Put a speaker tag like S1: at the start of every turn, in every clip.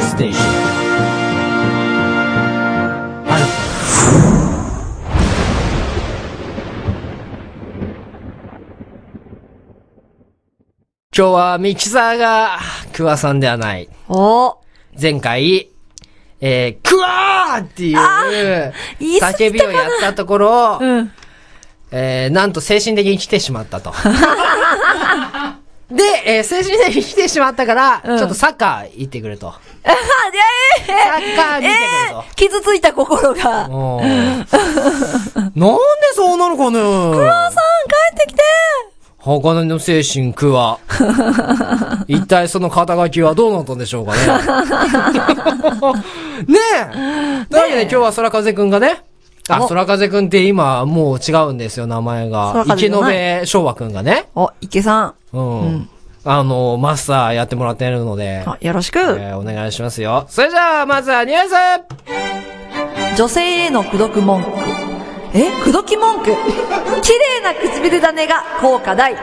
S1: ステーション今日はミキサーが、クワさんではない。
S2: お
S1: 前回、えー、クワーっていう、
S2: 言い過
S1: 叫
S2: ぎ
S1: びをやったところ、
S2: うん。
S1: えー、なんと精神的に来てしまったと。 で、えー精神的に来てしまったから、
S2: うん
S1: ちょっとサッカー行ってくれ と。
S2: あはえ
S1: サッカー見てくれ
S2: え
S1: と。
S2: ー傷ついた心が。ク
S1: おーなんでそうなるかね
S2: ワさん、帰ってきて
S1: 鋼の精神ク ワ。一体その肩書きはどうなったんでし ょうかね。ねえ。というわけで今日は空風くんがね、あ、
S2: お
S1: 空風くんって今もう違うんですよ、名前が
S2: 空。風
S1: 池
S2: じゃない
S1: 延昭和くんがね、
S2: お、池さん。
S1: うん。あの、マスターやってもらってるので、
S2: あよろしく、
S1: えーお願いしますよ。それじゃあ、まずはニュース
S2: 女性への口説き文句。え口説き文句 綺麗な唇種が効果大。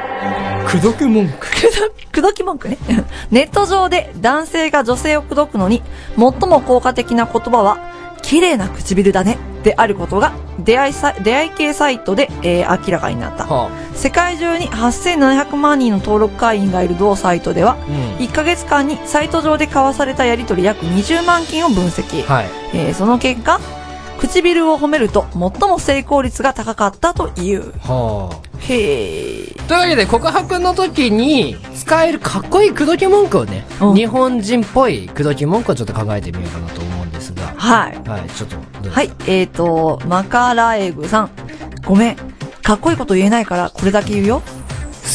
S1: くどく文句。
S2: 口説口説き文句ね。 ネット上で男性が女性を口説くのに、最も効果的な言葉は、綺麗な唇だね、であることが、出会いさ、出会い系サイトで、えー明らかになった。
S1: は
S2: 世界中に8700万人の登録会員がいる同サイトでは、
S1: うん
S2: 1ヶ月間にサイト上で交わされたやり取り約20万件を分析。
S1: あ、はい。
S2: えーその結果、唇を褒めると最も成功率が高かったという。
S1: はあ。
S2: へえ。
S1: というわけで告白の時に使えるかっこいい口説き文句をね
S2: うん
S1: 日本人っぽい口説き文句をちょっと考えてみようかなと思うんですが
S2: はい。
S1: はいちょっとどうですか
S2: はい、えーと、マカラエグさん。ごめん。かっこいいこと言えないから、これだけ言うよ。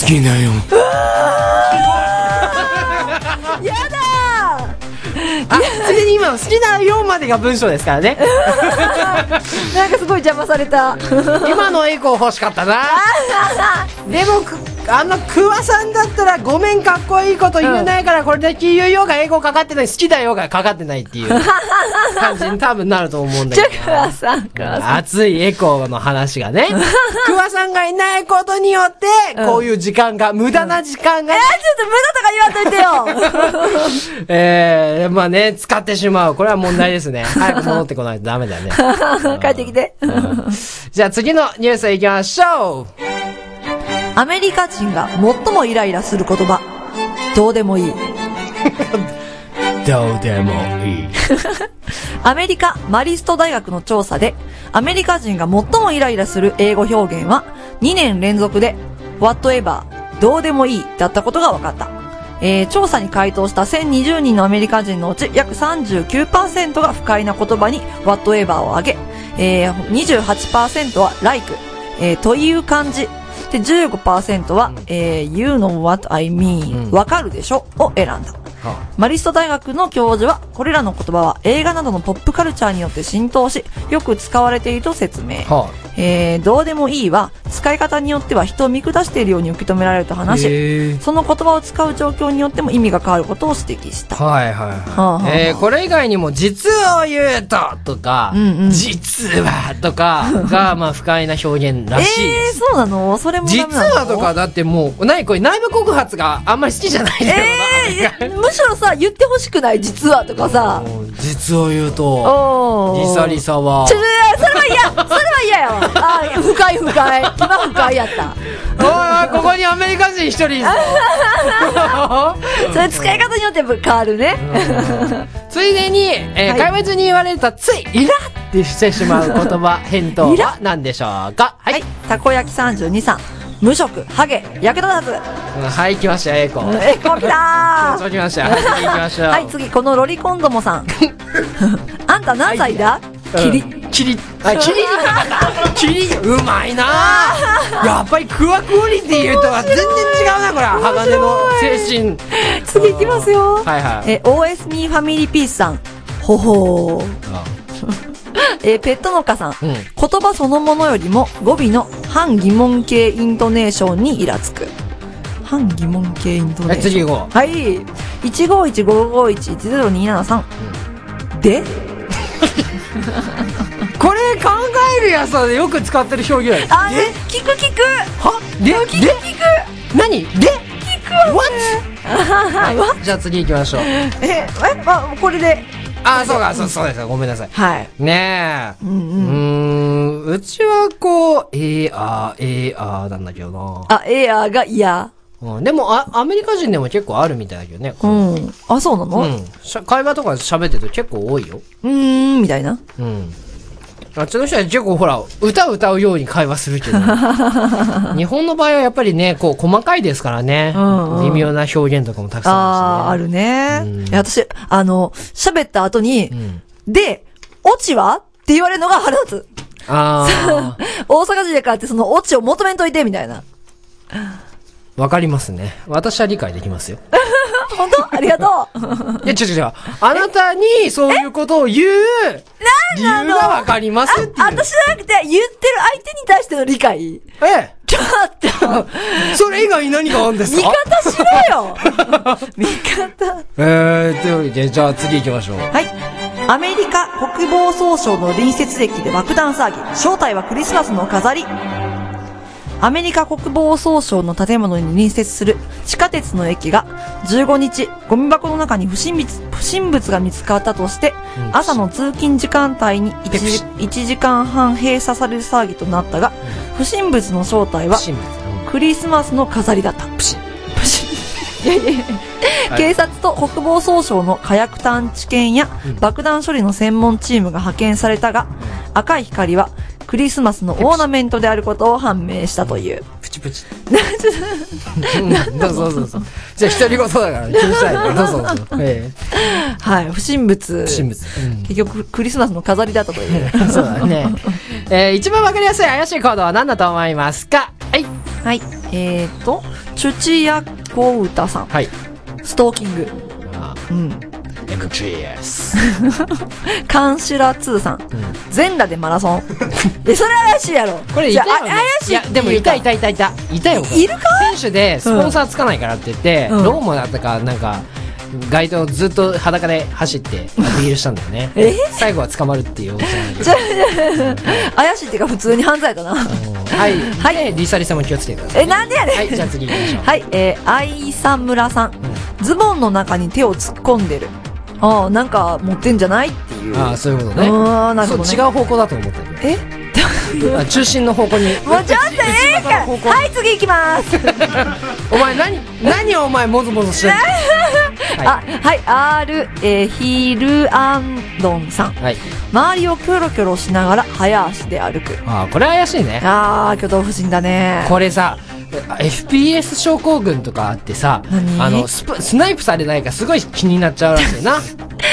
S1: 好きなよ
S2: やだ
S1: あついに今の好きなよまでが文章ですからね
S2: ーなんかすごい邪魔され た。
S1: 今のエコー欲しかった なでもくあのクワさんだったらごめんかっこいいこと言えないからこれだけ言うよがエコーかかってない好きだよがかかってない っていう感じに多分なると思うんだ
S2: ち
S1: け
S2: ょ
S1: ど、
S2: くわさん、くわさん。
S1: 熱いエコーの話が ね、クワさんがいないことによって、
S2: うん
S1: こういう時間が、無駄な時間が、
S2: えー、ちょっと無駄とか言わんといてよ
S1: えー、まあね、使ってしまう。これは問題 ですね。早く戻ってこないとダメだね。
S2: 帰ってきて。
S1: うんじゃあ次のニュース行きましょう
S2: アメリカ人が最もイライラする言葉。どうでもいい。
S1: どうでもい い。
S2: アメリカマリスト大学の調査で、アメリカ人が最もイライラする英語表現は、2年連続で、whatever、どうでもいいだったことが分かった。えー調査に回答した1020人のアメリカ人のうち約39%が不快な言葉に whatever を挙げ、えー、28%は like、えーという感じ。で、15%は、えー you know what I
S1: うん
S2: mean わかるでしょを選んだ。マリスト大学の教授は、これらの言葉は映画などのポップカルチャーによって浸透し、よく使われていると説明。
S1: は
S2: えー、どうでもいいは、使い方によっては人を見下しているように受け止められると
S1: あ、
S2: 話し、その言葉を使う状況によっても意味が変わることを指摘した。
S1: はいはい
S2: あはあ
S1: は。
S2: はいあ
S1: えー、これ以外にも、実を言うととか、
S2: うんうん
S1: 実はとか が、まあ不快な表現ら
S2: え
S1: しいです。
S2: ー、そうなのそれもダメな
S1: 実
S2: の
S1: はとか、だってもう、ないこれ内部告発があんまり好きじゃないんだよ
S2: えー、むしろさ、言ってほしくない実はとか
S1: な。
S2: さ。
S1: もう実を言うと、
S2: おー。
S1: リサリサは
S2: ちょ、、ちょそれは嫌それは嫌よあー、不快不快。今不快やった。
S1: おいおい、ここにアメリカ人一人いるぞ
S2: それ使い方によってやっぱ変わるね。
S1: ついでに、えー
S2: はい
S1: 怪物に言われるとついイラってしてしまう言葉、返答は何でしょうかは
S2: はい
S1: い。、
S2: たこ焼き32さん。無職、ハゲ、役立たず。
S1: うんはい、来ました、エコ。
S2: え、こきた
S1: そう来ました。はい、次行きましょう。
S2: はい、次、このロリコンど もさん。あんた何歳だキリ。
S1: うん。キリ。あ、キリ。キリ、うまいなやっぱりクワクオリティ言うとは全然違うな、これ。鋼の精神。
S2: 次いきますよ。
S1: はいはい
S2: え、OS ミーファミリーピースさん。ほほー。えーペット農家さん,、
S1: うん
S2: 言葉そのものよりも語尾の半疑問系イントネーションにイラつく。半疑問系イントネーション。
S1: はい次行こう
S2: はい。15155110273。で
S1: これ考えるやつはよく使ってる表現
S2: あ、え、聞く聞く
S1: はで
S2: 聞く
S1: で
S2: 聞く
S1: 何で
S2: 聞くわ
S1: What? はい、じゃあ次行きましょう。
S2: え、え、あ、これで。
S1: ああ、そうか、そう、そうですよ。ごめんなさい。
S2: はい。
S1: ねえ。うんうん。うちはこう、ええあー、ええあーなんだけどな。
S2: あ、エアーが嫌。
S1: うん、でもあ、アメリカ人でも結構あるみたいだけどね。
S2: う。
S1: うん。
S2: あ、そうなのうん
S1: しゃ会話とか喋ってると結構多いよ。
S2: ーん、みたいな。
S1: うん。あっちの人は結構ほら、歌歌うように会話するけ ど。日本の場合はやっぱりね、こう、細かいですからね。
S2: うんうん
S1: 微妙な表現とかもたくさん
S2: ああ、
S1: あ
S2: あ
S1: るしね。
S2: るね
S1: うん。
S2: いや私、あの、喋った後に、
S1: ん
S2: で、オチはって言われるのが腹立つ。
S1: ああ
S2: 大阪人だからってそのオチを求めんといて、みたいな。
S1: ー、わかりますね。私は理解でき ますよ。
S2: 本当ありがとう。
S1: いや、違う違う違う。あなたにそういうことを言う理由がわかりますって いう。
S2: あ私じゃなくて、言ってる相手に対しての理解。
S1: え
S2: ちょっ と、
S1: え。それ以外に何があるんです
S2: 味
S1: か
S2: 方しろよ 味方。
S1: えー、というわけで、じゃあ次行きましょう。
S2: はい。アメリカ国防総省の隣接駅で爆弾騒ぎ。正体はクリスマスの飾り。アメリカ国防総省の建物に隣接する地下鉄の駅が15日、ゴミ箱の中に不審物不審物が見つかったとして、
S1: うん
S2: 朝の通勤時間帯に
S1: ペプシ
S2: 1, 1時間半閉鎖される騒ぎとなったが、不審物の正体は
S1: シンプ
S2: クリスマスの飾りだった。
S1: ル。シン
S2: プシッいやいやいや警察と国防総省の火薬探知犬や
S1: うん
S2: 爆弾処理の専門チームが派遣されたが、赤い光はクリスマスのオーナメントであることを判明した という。
S1: プチプチ。うんどうぞどうぞ。じゃあ一人言だから気にしないで。どうぞどうぞ。ええ。
S2: はい、不審物。
S1: 不審物。うん
S2: 結局クリスマスの飾りだったという。
S1: そうだね。えー、一番わかりやすい怪しい行動は何だと思いますかはい。
S2: はい、えーと、チュチヤコウタさん。
S1: はい。
S2: ストーキング。うん。
S1: エクチース。
S2: カンシュラ2さん。全裸でマラ ソン。え、それ怪しいやろ。
S1: これいた
S2: じゃああ
S1: よ、ね。
S2: 怪しい。
S1: や、でもいたいたいたいた。いたよ、これ
S2: いるか
S1: 選手でスポンサーつかないからって言って、
S2: うん
S1: ローマだったか、なんか、街頭ずっと裸で走ってアピールしたんだよね。
S2: え
S1: 最後は捕まるっていう大きさなんだけ
S2: じゃあ怪しいっていうか普通に犯罪だな。
S1: ど。はい。は。
S2: はい
S1: リサリサも気をつけてください。
S2: え、なんでやねん。
S1: はい、じゃあ次行きましょう。
S2: はい、えー、アイサムラさん。ズボンの中に手を突っ込んでる。ああ、なんか持ってんじゃないっていう。
S1: ああ、そういうことね。
S2: あーなるほどね
S1: そう、違う方向だと思ってる。
S2: え
S1: あ中心の方向に。
S2: もうちょっとええか
S1: 内側の方向
S2: はい、次行きます。
S1: お前何、何をお前もぞもぞしてる
S2: あ、
S1: は
S2: はい、R、えー、ヒルアンドンさん
S1: い。。はい。
S2: 周りをキョロキョロしながら早足で歩く。
S1: ああ、これ怪しいね。
S2: ああ、挙動不審だね。
S1: これさ、FPS 症候群とかあってさ、
S2: 何
S1: あの、スプスナイプされないかすごい気になっちゃうらしい な。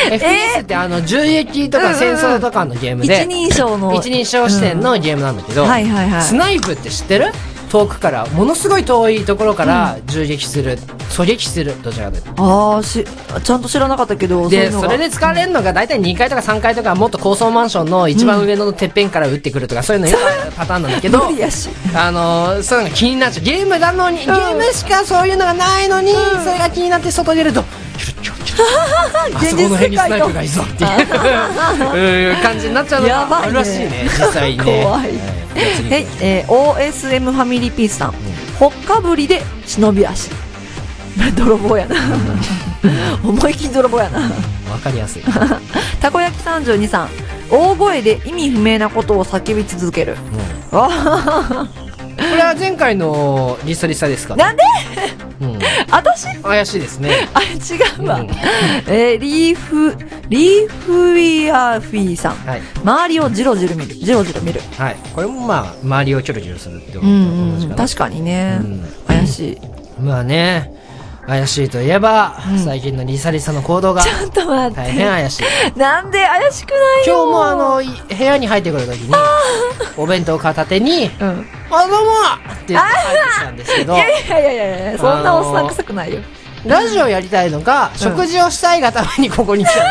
S1: FPS ってあの、銃撃と
S2: うん
S1: か
S2: うん
S1: 戦争とかのゲーム
S2: 一
S1: で、
S2: 人称の。
S1: 一人称視点のゲームなんだけど、
S2: はいはいはい
S1: スナイプって知ってる遠くから、ものすごい遠いところから銃撃する、狙撃する、どちらかというと。
S2: ああ、し、ちゃんと知らなかったけど、そうい
S1: で、
S2: うの
S1: そ
S2: が
S1: れで使われるのが大体2階とか3階とかもっと高層マンションの一番上のてっぺんから撃ってくるとかそういうのよくあるパターンなんだけど、
S2: 無理やし。
S1: あのーそういうのが気になっちゃう。ゲームなのに、ゲームしかそういうのがないのに、それが気になって外出ると、キュルキュルキュルあそこの辺にスナイプがいるぞっていううーん感じになっちゃうの
S2: やば
S1: が
S2: いね
S1: あるらしいね、実際にね。
S2: 怖いはい、えー、OSM ファミリーピースさん。ほっかぶりで忍び足。 泥 棒やな。思いっきり泥棒やな。
S1: わかりやすい。
S2: たこ焼き32さん。大声で意味不明なことを叫び続ける。わ
S1: これは前回のリサリサですか
S2: あ
S1: ね。
S2: なんで
S1: うん
S2: 私
S1: 怪しいですね。
S2: あ、違うわ
S1: うん。
S2: えー、リーフ、リーフウィアフィーさん。
S1: はい。
S2: 周りをじろじろ見る。じろじろ見る。
S1: はい。これもまあ、周りをキョロキョロするってこ
S2: う
S1: と
S2: ん
S1: 同
S2: う
S1: じ
S2: ん。
S1: かな。
S2: 確かにね
S1: うん。
S2: 怪しい。ち
S1: まあね、怪しいといえば、最近のリサリサの行動が
S2: ょっと待っ
S1: 大変
S2: て。
S1: 怪しい。
S2: なんで怪しくない
S1: 今
S2: よ
S1: 日もあ、の、い部屋に入ってくるときに、お弁当片手に、
S2: うん。
S1: あ、どうもって言って入ってきたんですけど
S2: い、やいやいやいやいや、そんなおっさん臭くないよ。
S1: ラジオやりたいのか、食事をしたいがためにここに来たのか、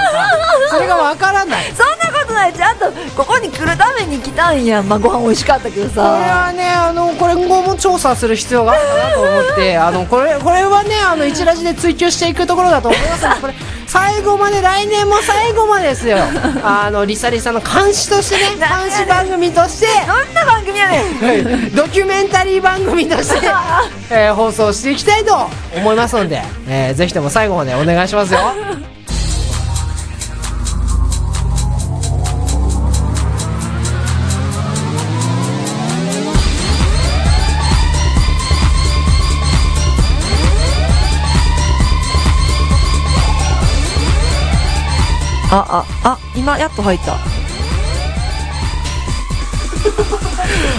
S1: それがわからない。こ
S2: そんなことない。ちゃんと、ここに来るために来たんや。まあ、ご飯美味しかったけど
S1: れ
S2: さ。
S1: はね、あの、これ今後も調査する必要があ るかなと思って、あの、これ、これはね、あの、一ラジで追求していくところだと思いますのでこれ、最後まで、来年も最後までですよ。あの、リサリサの監視として ね、監視番組として、
S2: どんな番組やねん
S1: はいドキュメンタリー番組と して、えー放送していきたいと思いますので、えーぜひとも最後までお願いします よ。
S2: あ、あ、あ、今やっと入った。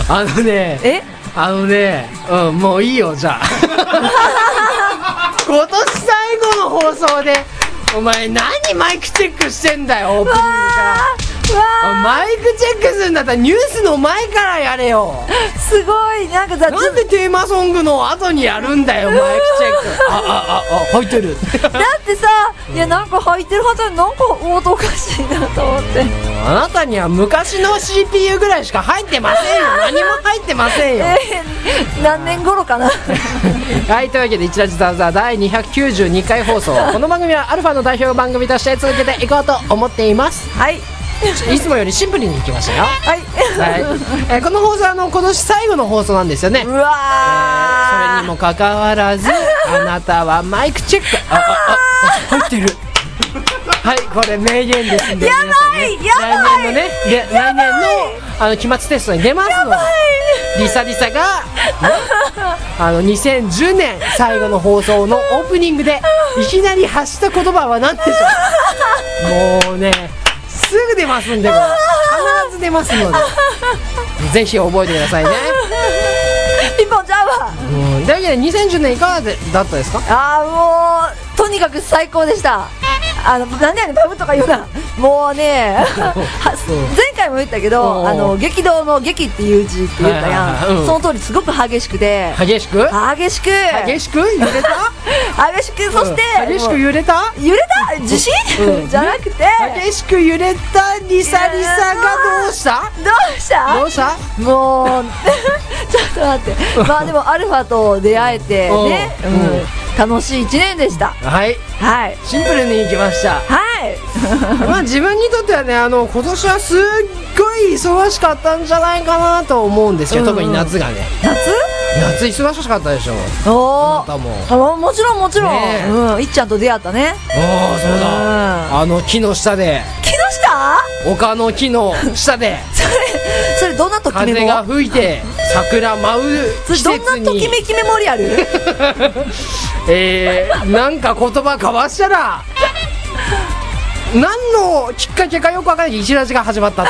S1: あのね、
S2: え
S1: あのね、うん、もういいよ、じゃあ。 今年最後の放送で、お前何マイクチェックしてんだよ、オープニングから。
S2: うわ
S1: マイクチェックするんだったらニュースの前からやれ よ。
S2: ーすごいなんか雑
S1: なんでテーマソングの後にやるんだよ、マイクチェック。あ、あ、あ、あ、入ってる。
S2: だってさ、いやなんか入ってるはずなのになんか音おかしいなと思って。
S1: あなたには昔の CPU ぐらいしか入ってません よ。何も入ってませんよ。
S2: えー、何年頃 かな
S1: はい、というわけで、一ラジザーザー第292回放 送。この番組はアルファの代表番組として続けていこうと思っています。
S2: はい。
S1: いつもよりシンプルにいきましたよ。
S2: はい。
S1: はい。えーこの放送はあの、今年最後の放送なんですよね
S2: う。
S1: それ
S2: わ
S1: にもかかわらず、あなたはマイクチェック。あ、あ、あ、あ入って る。はい、これ名言ですんで。
S2: やばい
S1: 皆さん ね来年のね、げ来年の、あの、期末テストに出ますので。リサリサ が、あの、2010年最後の放送のオープニング で、いきなり発した言葉は何でしょうもうね、すぐ出ますんで、これ必ず出ます ので、ぜひ覚えてくださいね。
S2: ー一本ちゃうわ
S1: うん、というわけで2010年いかがでだったですか
S2: あーもうとにかく最高でしたあのなんでやねんパブとか言うなも うねは前回も言ったけ
S1: おうおう
S2: どあの激動の激っていう字って言った
S1: はい
S2: や
S1: はいはいうん
S2: んその通りすごく激しくて
S1: 激しく
S2: 激しく
S1: 激しく揺れた
S2: 激しくそして
S1: うん激し
S2: も
S1: く
S2: う
S1: 揺れた
S2: 揺れた地震
S1: うん
S2: じゃなくてど
S1: 激しく揺れたリサリサがどうした
S2: うした
S1: どうした
S2: もう ちょっと待ってまあでもアルファと出会えてね
S1: うん
S2: うん
S1: うん
S2: 楽しい一年でした
S1: はい
S2: はい
S1: シンプルにいきました
S2: はい
S1: まあ自分にとってはねあの今年はすっごい忙しかったんじゃないかなと思うんですよ、
S2: うん
S1: 特に夏がね夏忙しかったでしょ
S2: 夏お
S1: あなたも
S2: おもちろんもちろん、
S1: ねえ
S2: うんいっちゃんと出会ったね
S1: ああそうだあの木の下で
S2: 木下
S1: 丘の木 の下で
S2: それそれどんなときめ
S1: 風が
S2: も
S1: 吹いて桜舞う季
S2: それど
S1: 節
S2: んなとき
S1: に
S2: めきメモリアル
S1: えー、なんか言葉交わしたら何のきっかけかよくわからない一ラジが始まったっ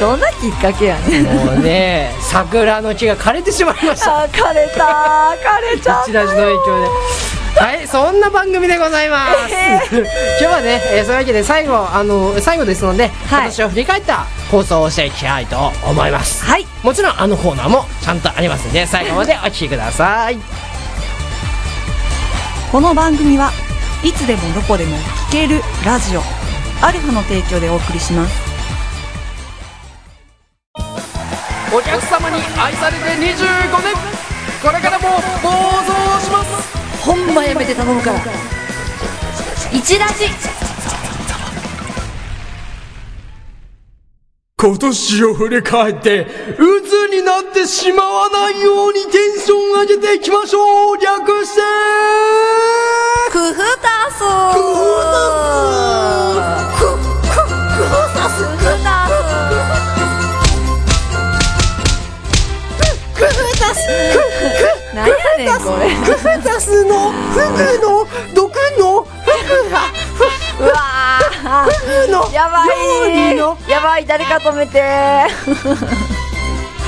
S2: どんなきっかけや
S1: て
S2: ね
S1: いうもうね桜の木が枯れてしまいました
S2: あ枯れた枯れちゃっ
S1: 一ラジの影響ではいそんな番組でございます、今日はね、えーそういうわけで最後あの最後ですので、
S2: はい
S1: 今年を振り返った放送をしていきたいと思います
S2: たはい
S1: もちろんあのコーナーもちゃんとありますんで最後までお聴きください
S2: この番組はいつでもどこでも聴けるラジオアルファの提供でお送りします
S1: お客様に愛されて25年これからも暴走します
S2: ほんまやめて頼むから一ラジ
S1: 今年を振り返って鬱になってしまわないようにテンション上げていきましょう略して
S2: クフタスクフタスクフタ
S1: クフタス
S2: ス何やねんこれ
S1: クフタスのフグの毒のフグが
S2: うわー
S1: フグの
S2: やば
S1: 料
S2: い
S1: 理の
S2: やばい誰か止めて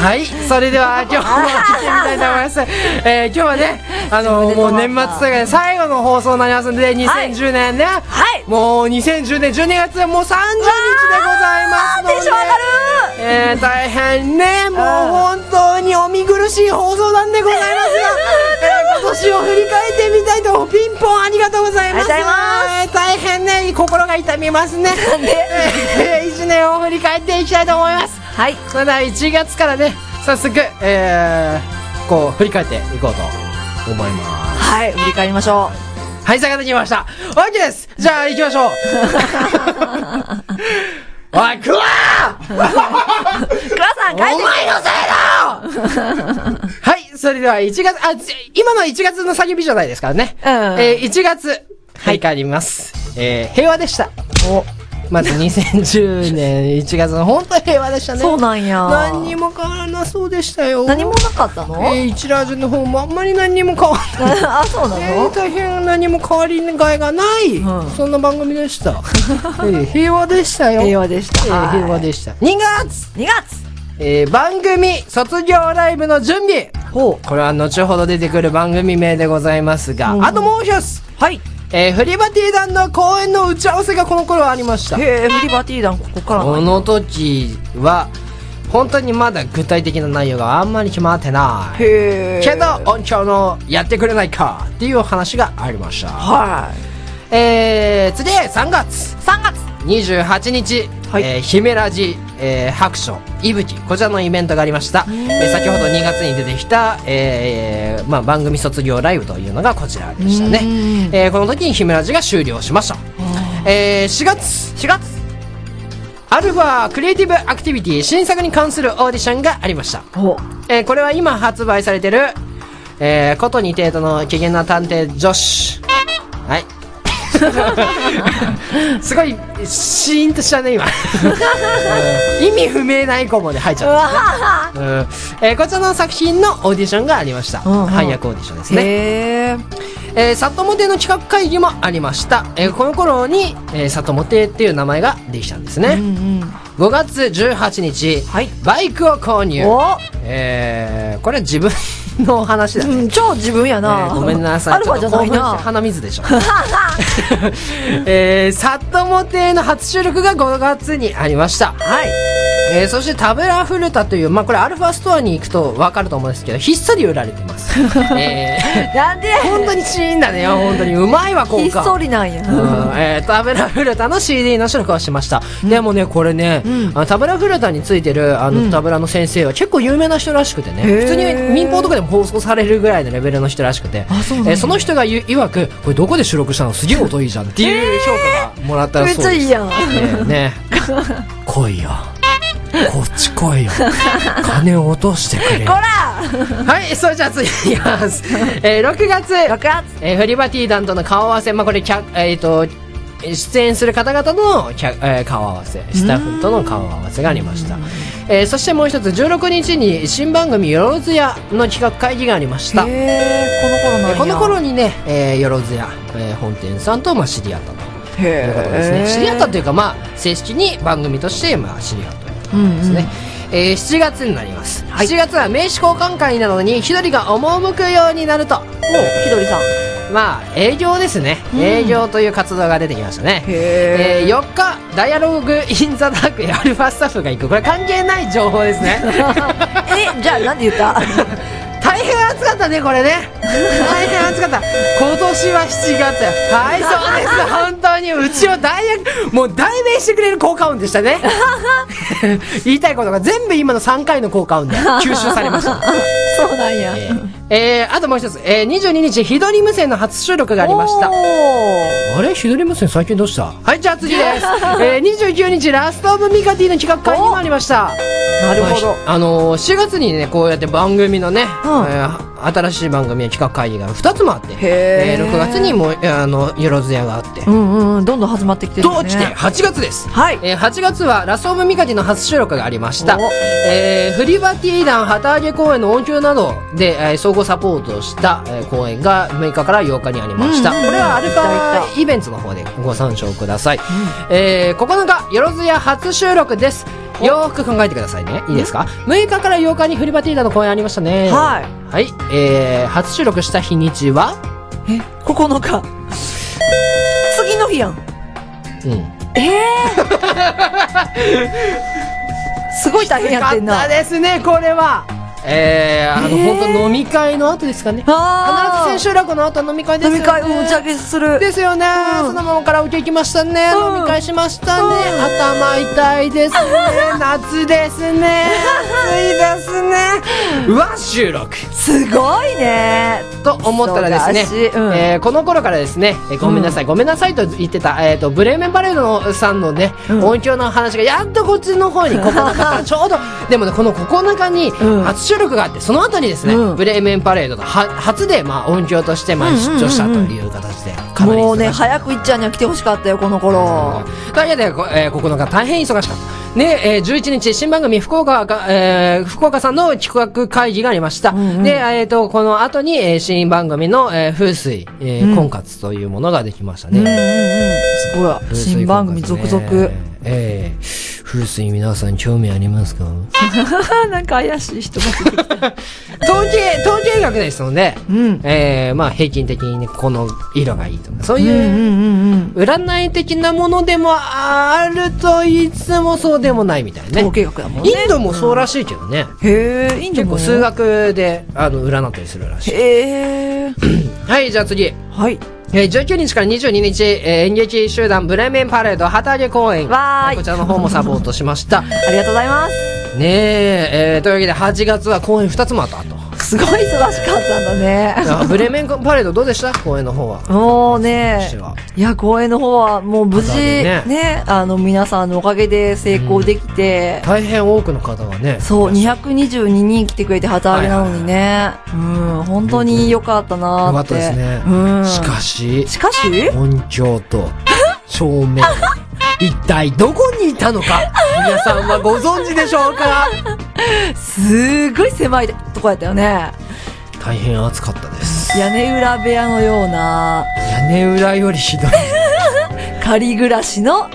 S1: はい、それで は今日も聞いてみたいと思います。えー、今日はね、あの
S2: 自
S1: もう
S2: 分で止まった
S1: 年末というかね最後の放送になりますんで、
S2: はい
S1: 2010年ね、
S2: はい
S1: もう2010年12月はもう30日でございますので、
S2: テンション上がる
S1: えー、大変ね、もう本当にお見苦しい放送なんでござい ますが、えー、今年を振り返ってみたいと、ピンポンありがとうございます。
S2: ありがとうござ
S1: えー大変ね、心が痛みますね。
S2: なんで
S1: えー、1年を振り返っていきたいと思います。
S2: はい
S1: それでは1月からね早速えー、こう振り返っていこうと思います
S2: はい振り返りましょ
S1: はい、下がってきました。OK ですじゃあ、行きましょう おい、クワお前
S2: クワさん帰っ
S1: の
S2: て
S1: せいだ はい、それでは1月、あ、つ今の1月の叫びじゃないですからね。
S2: うん
S1: えー1月、はい、帰ります。えー平和でした。お。まず2010年1月の本当に平和でしたね。
S2: そうなんや
S1: 何にも変わらなそうでしたよ。
S2: 何もなかったの、
S1: えー、一ラージュの方もあんまり何にも変わらない。
S2: あ、そうな
S1: えー、
S2: の
S1: 大変何も変わりがいがない、
S2: うん
S1: そんな番組で した、えー平和でしたよ
S2: 平和でした
S1: えー
S2: はい
S1: 平和でした2月、
S2: ?2 月
S1: えー番組卒業ライブの準備
S2: ほ
S1: これは後ほど出てくる番組名でございますが、
S2: うん
S1: あともう一つ、
S2: はい。
S1: えーフリバティ団の公演の打ち合わせがこの頃はありました
S2: へえ、フリバティーダンここから
S1: こ
S2: なんや
S1: の時は本当にまだ具体的な内容があんまり決まってない
S2: へえ。
S1: けど音響のやってくれないかっていうお話がありました
S2: はい。
S1: えー、次3月
S2: 3月
S1: 28日、
S2: はい
S1: えー、姫ラジ、えー、白書いぶきこちらのイベントがありました、えー先ほど2月に出てきた、えーまあ、番組卒業ライブというのがこちらでしたね
S2: う、ん
S1: えーこの時に姫ラジが終了しました、えー、4月
S2: ?4 月
S1: アルファクリエイティブアクティビティ新作に関するオーディションがありました
S2: ほ
S1: えーこれは今発売されてる、えー、ことに程度の機嫌な探偵女子。はい。 すごい、シーンとした ね、今。うん意味不明なイコボで入っち
S2: う
S1: ゃっ
S2: わは
S1: た。うんえーこちらの作品のオーディションがありました。
S2: うんうん
S1: 配役オーディションです
S2: へ
S1: ね。
S2: え。
S1: えー、里モテの企画会議もありました。えーこの頃に、えー、里モテっていう名前ができたんです
S2: う
S1: ね。
S2: んうん。
S1: 5月18日、
S2: はい
S1: バイクを購入。
S2: お
S1: えー、これは自分のお話だね。
S2: うん、超自分やな、
S1: えーごめんなさい。
S2: アルファじゃない
S1: ちょっと興奮して
S2: な。
S1: 鼻水でしょ。えー、サットモテの初収録が5月にありました。
S2: はい。
S1: えー、そしてタブラフルタという、まあ、これアルファストアに行くとわかると思うんですけど、ひっそり売られてます。え
S2: なんで
S1: ー、本当にシーンだね。本当に。うまいわ、今回。
S2: ひっそりなんや。
S1: うんえー、タブラフルタの CD の収録をしました、でもねこれね、
S2: うん
S1: あのタブラフルタについてるあの、
S2: うん
S1: タブラの先生は結構有名な人らしくてね
S2: へー
S1: 普通に民放とかでも放送されるぐらいのレベルの人らしくて
S2: あそうなんだ
S1: えーその人が言う曰くこれどこで収録したのすげえ音いいじゃんっていう評価がもらったら
S2: めっ
S1: そ
S2: ちゃ
S1: うで
S2: い
S1: す
S2: いやん。
S1: ね ね来いよこっち来 いよ金を落としてくれ
S2: こ
S1: よ
S2: ら
S1: はいそれじゃあ次いきます、えー、6月
S2: !6 月
S1: えーフリバティ団との顔合わせ、まあ、これ、客えっ、と、出演する方々の客、えー顔合わせ、スタッフとの顔合わせがありました。えーそしてもう一つ、16日に新番組、よろずやの企画会議がありました。えー
S2: へえ、この頃なんや。
S1: この頃にね、えー、よろずや、えー本店さんと、まあ、知り合ったと
S2: へ
S1: いうことですね。知り合ったというか、まあ、正式に番組として、まあ、知り合ったということですね。えー7月になります、
S2: はい
S1: 7月は名刺交換会などにひどりが赴くようになると
S2: おひどりさん。
S1: まあ営業ですね、営業という活動が出てきましたね
S2: へ
S1: えー4日ダイアログインザダークへアルファスタッフが行くこれ関係ない情報です ね
S2: え、じゃあなんで言った
S1: 大変暑かったねこれね大変暑かった今年は7月はいそうです本当にうちを大役もう代弁してくれる効果音でしたね 言いたいことが全部今の3回の効果音で吸収されました
S2: そうなんや。
S1: えーえーあともう一つ、えー、22日、ひどり無線の初収録がありました。
S2: おー
S1: あれひどり無線最近どうしたはい、じゃあ次です。えー、29日、ラストオブミカティの企画会にもありました。
S2: なるほど
S1: まあ。あのー、4月にね、こうやって番組のね、
S2: うん
S1: えー新しい番組の企画会議が2つもあって、
S2: へー
S1: 6月にも、えーあの、よろずやがあって、
S2: うんうん、どんどん始まってきてるね。
S1: 同時点8月です。
S2: はい。
S1: えー8月はラスオブミカティの初収録がありました
S2: お、
S1: えーフリバティ団旗揚げ公演の音響などで、えー総合サポートした、えー公演が6日から8日にありました、
S2: うんうんうん
S1: これはアルフ
S2: いたい
S1: ァイベントの方でご参照ください、えー9日よろずや初収録ですよーく考えてくださいねいいですか6日から8日にフリバティ団の公演ありましたね、
S2: はい
S1: はいえー初収録した日にちは
S2: え、9日。次の日やん。
S1: うん
S2: すごい大変やってん
S1: よか
S2: な
S1: った。ですねこれはえー、あの、
S2: えー
S1: 本当飲み会の後ですかね。
S2: あ
S1: 必
S2: ー
S1: ず千秋楽の後は飲み会です
S2: 飲
S1: よね。
S2: み会を打ち上げする。
S1: ですよね、
S2: うん
S1: そのままカラオケ行きましたね、
S2: うん
S1: 飲み会しましたね、
S2: うん
S1: 頭痛い ですね夏ですね暑いですねわ収録
S2: すごいね。
S1: と思ったらですね、
S2: 忙しいうん
S1: えーこの頃からですね、えーごめんなさい、ごめんなさいと言ってた、えー、とブレーメンバレーのさんのね、
S2: うん
S1: 音響の話がやっとこっちの方に9日から ちょうどでもねこの9日に
S2: うん
S1: 初収録があってその後にですね、
S2: うん
S1: ブレーメンパレードのは初で、まあ、音響としてまあ
S2: うんうん
S1: 出
S2: うんうん
S1: 張したという形でかなり忙しい
S2: もうね、早くいっちゃんには来てほしかったよ、この頃。
S1: というわけで、こえー、9日大変忙しかった。ね、えー、11日、新番組、福岡が、えー福岡さんの企画会議がありました。
S2: んうん
S1: で、えっ、と、この後に、えー新番組の、えー風水、えー婚活というものができましたね。
S2: うんうんうん。すごい。
S1: 風水
S2: 新番組
S1: 婚
S2: 続
S1: 活ね
S2: 々。。
S1: えー風水皆さん興味ありますか
S2: あー なんか怪しい人が出てきた。
S1: 統計、統計学ですので、
S2: うん。
S1: えーまあ平均的にね、この色がいいとか、そう
S2: うんう
S1: いう、
S2: んうんうん。
S1: 占い的なものでもあると言いつつもそうでもないみたいなね。
S2: 統計学だもんね。
S1: インドもそうらしいけどね。
S2: へえ、インド
S1: 結
S2: も
S1: 構数。学で、あの、占ったりするらしい。
S2: へえ。
S1: はい、じゃあ次。え
S2: はい。
S1: ー19日から22日、えー演劇集団ブレーメンパレード旗揚げ公演。
S2: わーい
S1: こちらの方もサポートしました。ね
S2: ありがとうございます。
S1: え、えーというわけで8月は公演2つもあったと。
S2: すごい忙しかったんだね。
S1: あブレーメンパレードどうでした公演の方は。
S2: もう
S1: と
S2: ね
S1: しては。
S2: いや、公演の方はもう無事、
S1: まだ
S2: ね
S1: ね、
S2: あの、皆さんのおかげで成功できて、
S1: 大変多くの方がね。
S2: そう、222人来てくれて旗揚げなのにね、うん、本当に良かったな
S1: よか
S2: ーっ。
S1: ってたですね。
S2: うん。
S1: しかし、
S2: しかし
S1: 音響と照明一体どこにいたのか皆さんはご存知でしょうか
S2: すごい狭いとこやったよね。
S1: 大変暑かったです
S2: 屋根裏部屋のような、
S1: 屋根裏よりひどい
S2: 仮暮らしの、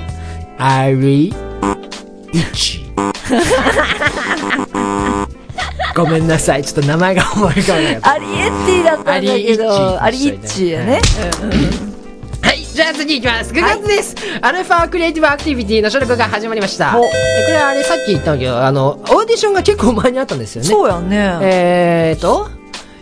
S1: ありいち ごめんなさいちょっと名前が思い浮かばなかっ
S2: アリエッティだったんだけど、ア
S1: ア
S2: リ
S1: リ
S2: イ
S1: イ
S2: ッ
S1: ッ
S2: チ
S1: チ
S2: やね。
S1: たはいじゃあ次いきます9月です、アルファクリエイティブアクティビティの収録が始まりました
S2: お
S1: でこれあれさっき言ったんだけどあのオーディションが結構前にあったんですよね
S2: そうやんね。
S1: えーと、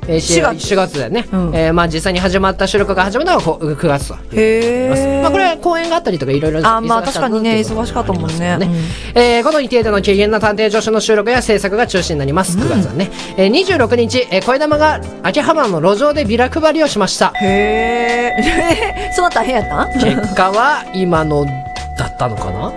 S1: えー、
S2: 4
S1: 4
S2: 月
S1: 月月だよね、
S2: うん
S1: えーまあ、実際に始まった収録が始まったのはこう9月という
S2: へえ。
S1: まあ、これは公演があったりとかいろいろ
S2: あまあ
S1: 忙しかった
S2: 確かにね
S1: っていうこと
S2: 忙しかったもんね
S1: ありますからえーこの日程度の軽減な探偵助手の収録や制作が中止になります9月はね、えー、26日、えー、声玉が秋葉原の路上でビラ配りをしました
S2: へえ。 そんな大変やったん
S1: 結果は今のだったのかな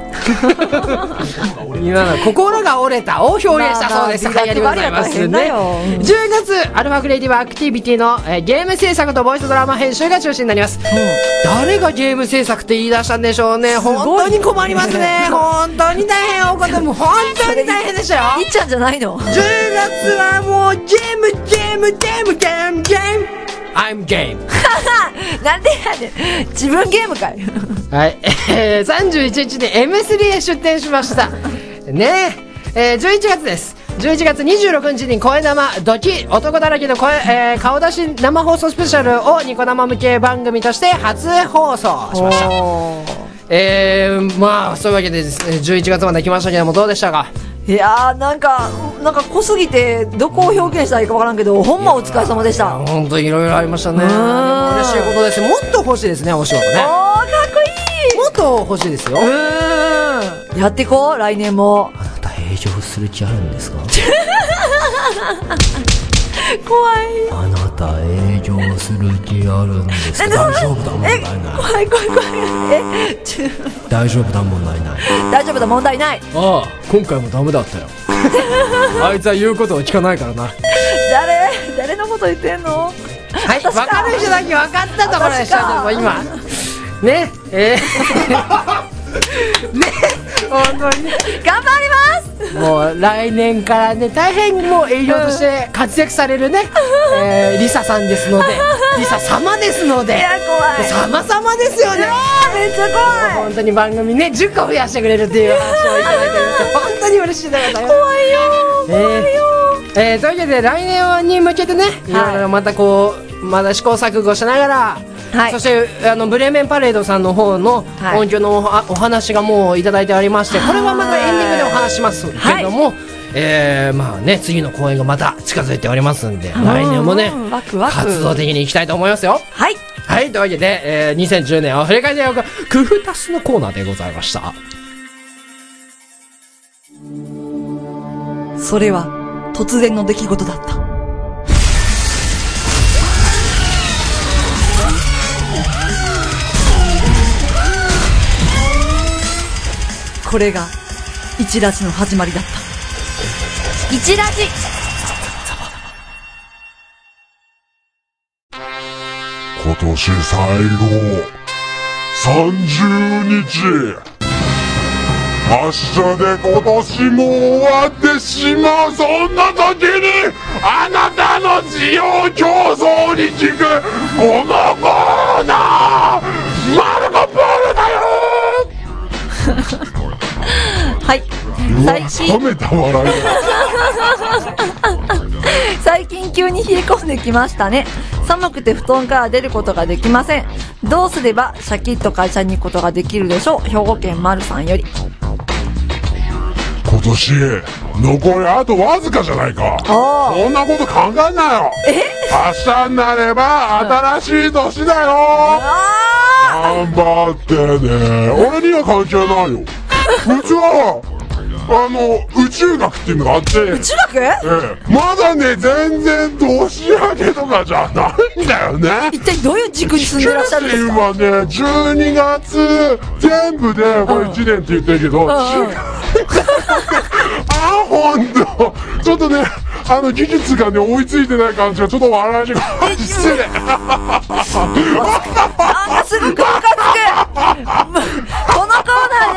S1: 今の心が折れたを表現したそうです。
S2: まあまあ
S1: はいありがとうございますね。
S2: ビラ配りは大変だようん
S1: 10月、アルファクリエイティブアクティビティの、えーゲーム制作とボイスドラマ編集が中心になります。誰がゲーム制作って言い出したんでしょうね。
S2: ごい
S1: 本当に困りますね。 本当に大変おこともう本当に大変でしたよ。
S2: いっちゃんじゃないの
S1: 10月はもうゲーム、ゲーム、ゲーム、ゲーム、ゲーム。I'm game.
S2: なんでやねん。自分ゲームかい。
S1: はい、えー、31日に M3 へ出店しました。ねえ、えー、11月です。11月26日に声生ドキ男だらけの声、えー顔出し生放送スペシャルをニコ生向け番組として初放送しました。
S2: お
S1: えー、まあ、そういうわけでですね、11月まで来ましたけども、どうでしたか
S2: ーいやーなんかなんか濃すぎてどこを表現したらいいかわからんけどほんまお疲れ様でしたおーかっ
S1: 本当にいろいろありましたね。で
S2: ん
S1: も嬉しいことです。もっと欲しいですね、お仕事ね。
S2: こ
S1: もっと欲しいですよ。
S2: いいやってこう来年も
S1: あなた営業する気あるんですか
S2: 怖い
S1: あなた営業する気あるんですか大丈夫だ問題ない
S2: 怖い怖い怖いえちょ
S1: 大丈夫だ問題ない
S2: 大丈夫だ問題ない
S1: ああ今回もダメだ ったよあいつは言うことを聞かないからなは
S2: 誰誰のこと言ってんの
S1: い分かる人だけ分かったところでし
S2: 私か
S1: たでも今ねえ ーね本当にね
S2: 頑張ります
S1: もう来年からね大変もう営業として活躍されるね、えー、リサさんですのでリサ様ですので
S2: いや怖
S1: 様
S2: い
S1: 々ですよね
S2: あーめっちゃ怖い
S1: 本当に番組ね10個増やしてくれるっていう話をいただいてると本当に嬉しいでございます
S2: 怖いよー怖いよ
S1: えーというわけで来年に向けてね、い、ろいろまたこうまだ試行錯誤しながら、
S2: はい
S1: そしてあのブレーメンパレードさんの方の
S2: はい
S1: 音響のおお話がもういただいておりましてこれはまたエンディングでお話しますけれども、えー、まあね、次の公演がまた近づいておりますんで、来年もね
S2: うんうんワクワ、ク
S1: 活動的に行きたいと思いますよ。
S2: はい。
S1: はい、というわけで、えー、2010年を振り返ってよく、クフタスのコーナーでございました。
S2: それは、突然の出来事だった。これが、一ラジの始まりだった。
S3: 一ラジ
S4: 今年最後30日明日で今年も終わってしまうそんな時にあなたの需要競争に効くこのコーナーマルコプールだよ
S2: はい。最近、
S4: 冷めた笑いだ
S2: 最近急に冷え込んできましたね。寒くて布団から出ることができません。どうすればシャキッと会社に行くことができるでしょう兵庫県丸さんより。
S4: 今年残りあとわずかじゃないか
S2: おー
S4: そんなこと考えなよ明日になれば新しい年だよ
S2: あ
S4: 頑張ってね俺には関係ない ようちはあの宇宙学っていうのがあって
S2: 中学
S4: ええまだね全然年明けとかじゃないんだよね
S2: 一体どういう軸に住んでらっしゃるんですか
S4: 今ね12月全部でこれ1年って言ってるけど、
S2: うんうん
S4: あほんとちょっとねあの技術がね追いついてない感じがちょっと笑いに感じてね
S2: あーすごくムカつくこのコーナーで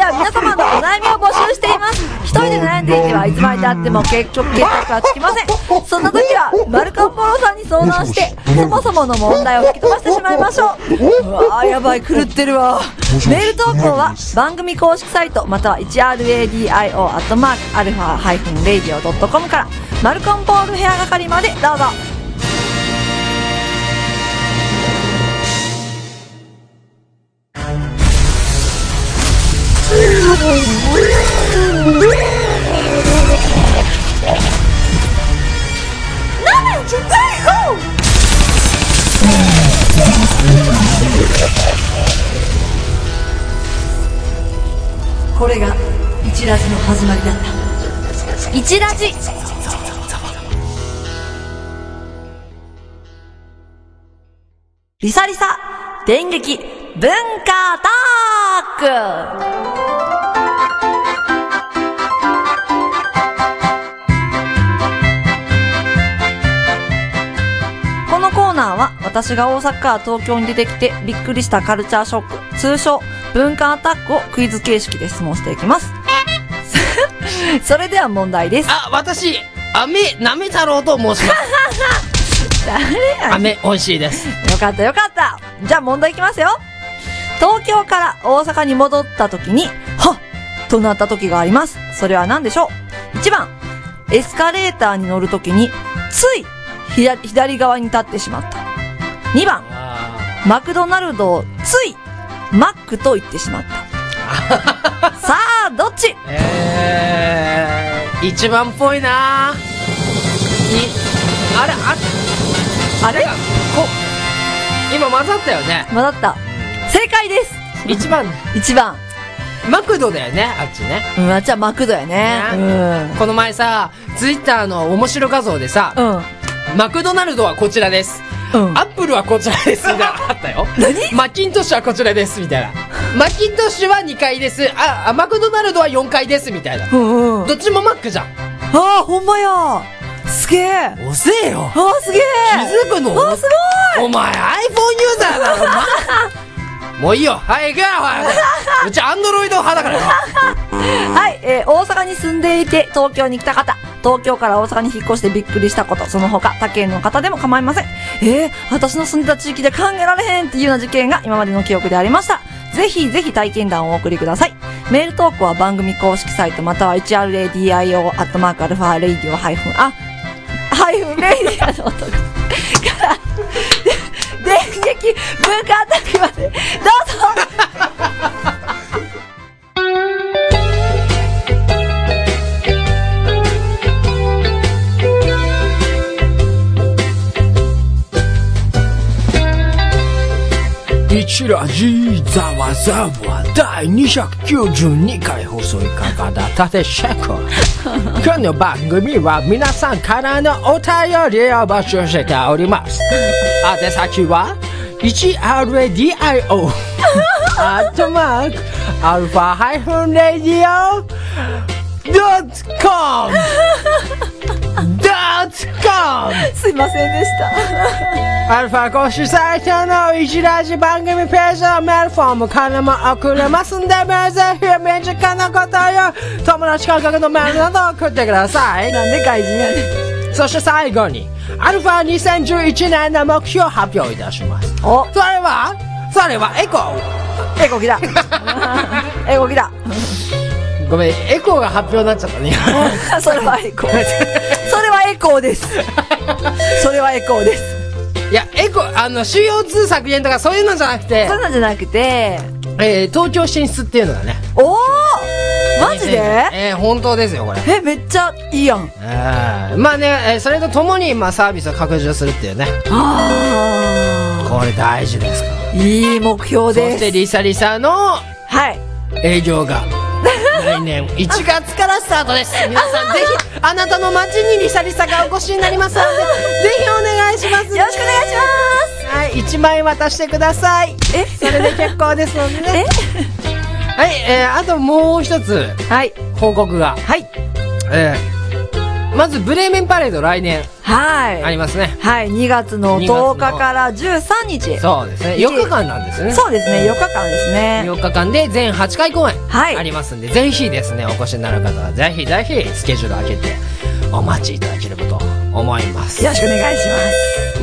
S2: は皆様のお悩みを募集しています一人で悩んでいてはいつまでたっても結局結局はつきませんそんな時はマルカンポロさんに相談してそもそもの問題を吹き飛ばしてしまいましょううわーやばい狂ってるわメール投稿は番組公式サイトまたは 1radio.α-radio.com からマルコンポールヘア係までどうぞこれが一ラジの始まりだった
S3: 一ラジ
S2: リサリサ電撃文化トークこのコーナーは私が大阪から東京に出てきてびっくりしたカルチャーショック、通称文化アタックをクイズ形式で質問していき ます。それでは問題です。
S1: あ、私、飴、なめ太郎と申します。
S2: 誰や
S1: 飴、美味しいです。
S2: よかったよかった。じゃあ問題いきますよ。東京から大阪に戻った時に、はっとなった時があります。それは何でしょう ?1 番、エスカレーターに乗る時に、つい左左側に立ってしまった。2番、
S1: あ
S2: マクドナルドをついマックと言ってしま った。さあ、どっち
S1: ーえー、一番っぽいなぁ。い、あれ、あ、
S2: あれ
S1: なんかこ、今混ざったよね。
S2: 混ざった。正解です。
S1: 一番、
S2: 1番。
S1: マクドだよね、あっちね。
S2: うん、あっちはマクドやね。うん。
S1: この前さ、ツイッターの面白画像でさ、
S2: うん。
S1: マクドナルドはこちらです。
S2: うん。
S1: アップルはこちらです、みたいな。 あったよ。
S2: 何
S1: マキントッシュはこちらです、みたいな。マキントッシュは2階です。あ、あマクドナルドは4階です、みたいな。
S2: うんうん。
S1: どっちもマックじゃん。
S2: ああ、ほんまやすげえあ
S1: 遅えよ。
S2: あ、すげえ
S1: 気づくの
S2: ああ、す
S1: お前 iPhone ユーザーだろ、お前 もういいよ。はい、行くよ、お前。うちアンドロイド派だからよ。
S2: ごいはい、えー、大阪に住んでいて東京に来た方、東京から大阪に引っ越してびっくりしたこと、その他他県の方でも構いません。えー、私の住んでた地域で考えられへんっていうような事件が今までの記憶でありました。ぜひぜひ体験談をお送りください。メール投稿は番組公式サイトまたは 1RADIO-α-radio-a- ハイフンレイディアの音から、電撃文化アタックまで、どうぞ
S1: 一ラジザワザワ第292回放送いかがだったでしょうか今日の番組は皆さんからのお便りを募集しております宛先は 1radio アットマークアルファハイフンレディオドットコムドットコム
S2: すいませんでした。
S1: アルファ公式サイトのいじラジ番組ページのメールフォームからも送れますんで、ぜひ身近なことや友達感覚のメールなど送ってください。
S2: なんで怪人やねん。
S1: そして最後に、アルファ2011年の目標を発表いたします。
S2: お
S1: それは、それはエコー。
S2: エコギ だ。エコギだ。
S1: ごめん、エコーが発表になっちゃったね。
S2: それはエコー。それはエコーです。それはエコーです。
S1: いや、エコー、あの、CO2 削減とかそういうのじゃなくて
S2: そ、ういうのじゃなくて、
S1: えー、東京進出っていうのがね。
S2: おーマジで
S1: えー、本当ですよ、これ。
S2: え、めっちゃいいやん。
S1: あーまあね、えーそれとともに、まあ、サービスを拡充するっていうね
S2: あ
S1: これ大事ですから
S2: ーいい目
S1: そ
S2: 標
S1: し
S2: で
S1: て
S2: す。
S1: リサリサの
S2: はい。
S1: 営業 が来年1月からスタートです皆さんぜひあなたの街にリサリサがお越しになりますの でぜひお願いします
S2: よろしくお願いします。
S1: はい1万円渡してください
S2: え、
S1: それで結構ですのでねはい、えー、あともう一つ
S2: はい。
S1: 報告が
S2: はい。
S1: えー、まずブレーメンパレード来年あ
S2: は
S1: り
S2: い。
S1: ますね
S2: はい。2月
S1: 2
S2: の
S1: 月の
S2: 10日から13日。
S1: そうですね4日間なんですよね
S2: そうですね。4日間ですね。
S1: 4日間で全8回公演
S2: はい
S1: ありますんで、ぜひですねお越しになる方はぜひぜひスケジュール開けてお待ちいただければと思います
S2: よ
S1: ね
S2: ろしくお願いし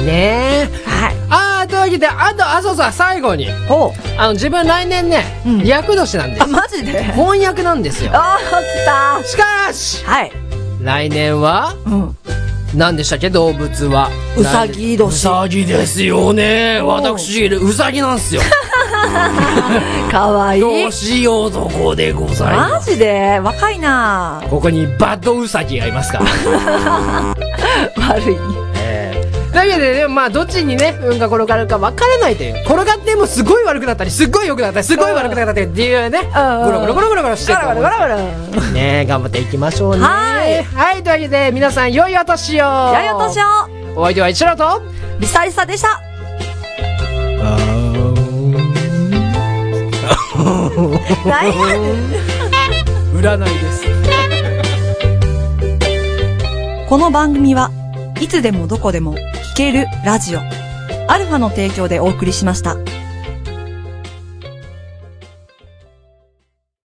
S1: え
S2: ます。はい。
S1: あーというわけであとあそうそう最後に
S2: ほう。
S1: あの自分来年ね、
S2: うん
S1: 役年なんです
S2: あ、マジで
S1: 翻訳なんですよ
S2: あー、来た
S1: しかし
S2: はい。
S1: 来年は
S2: うん。
S1: 何でしたっけ動物は
S2: うさぎ年
S1: うさぎですよね私うさぎなんですよ
S2: かわいい。
S1: 年男でございます
S2: マジで若いな
S1: ここにバッドウサギがいますから
S2: 悪い。
S1: えーだけどね、まあ、どっちにね、運が転がるか分からないという。転がってもすごい悪くなったり、すっごい良くなったり、すごい悪くなったりっていうね、
S2: ん
S1: ゴロゴロゴロゴロゴロして
S2: ガ
S1: る
S2: ラ
S1: と
S2: ガ
S1: 思
S2: ラ
S1: い
S2: ガ
S1: ま
S2: ラガラ。
S1: す。ね頑張っていきましょうね。
S2: はい
S1: はい、というわけで、皆さん、良いお年を
S2: やりお年を
S1: お相手は一郎と、
S2: リサリサでした何や
S1: 占いです。
S2: この番組はいつでもどこでも聞けるラジオ。アルファの提供でお送りしました。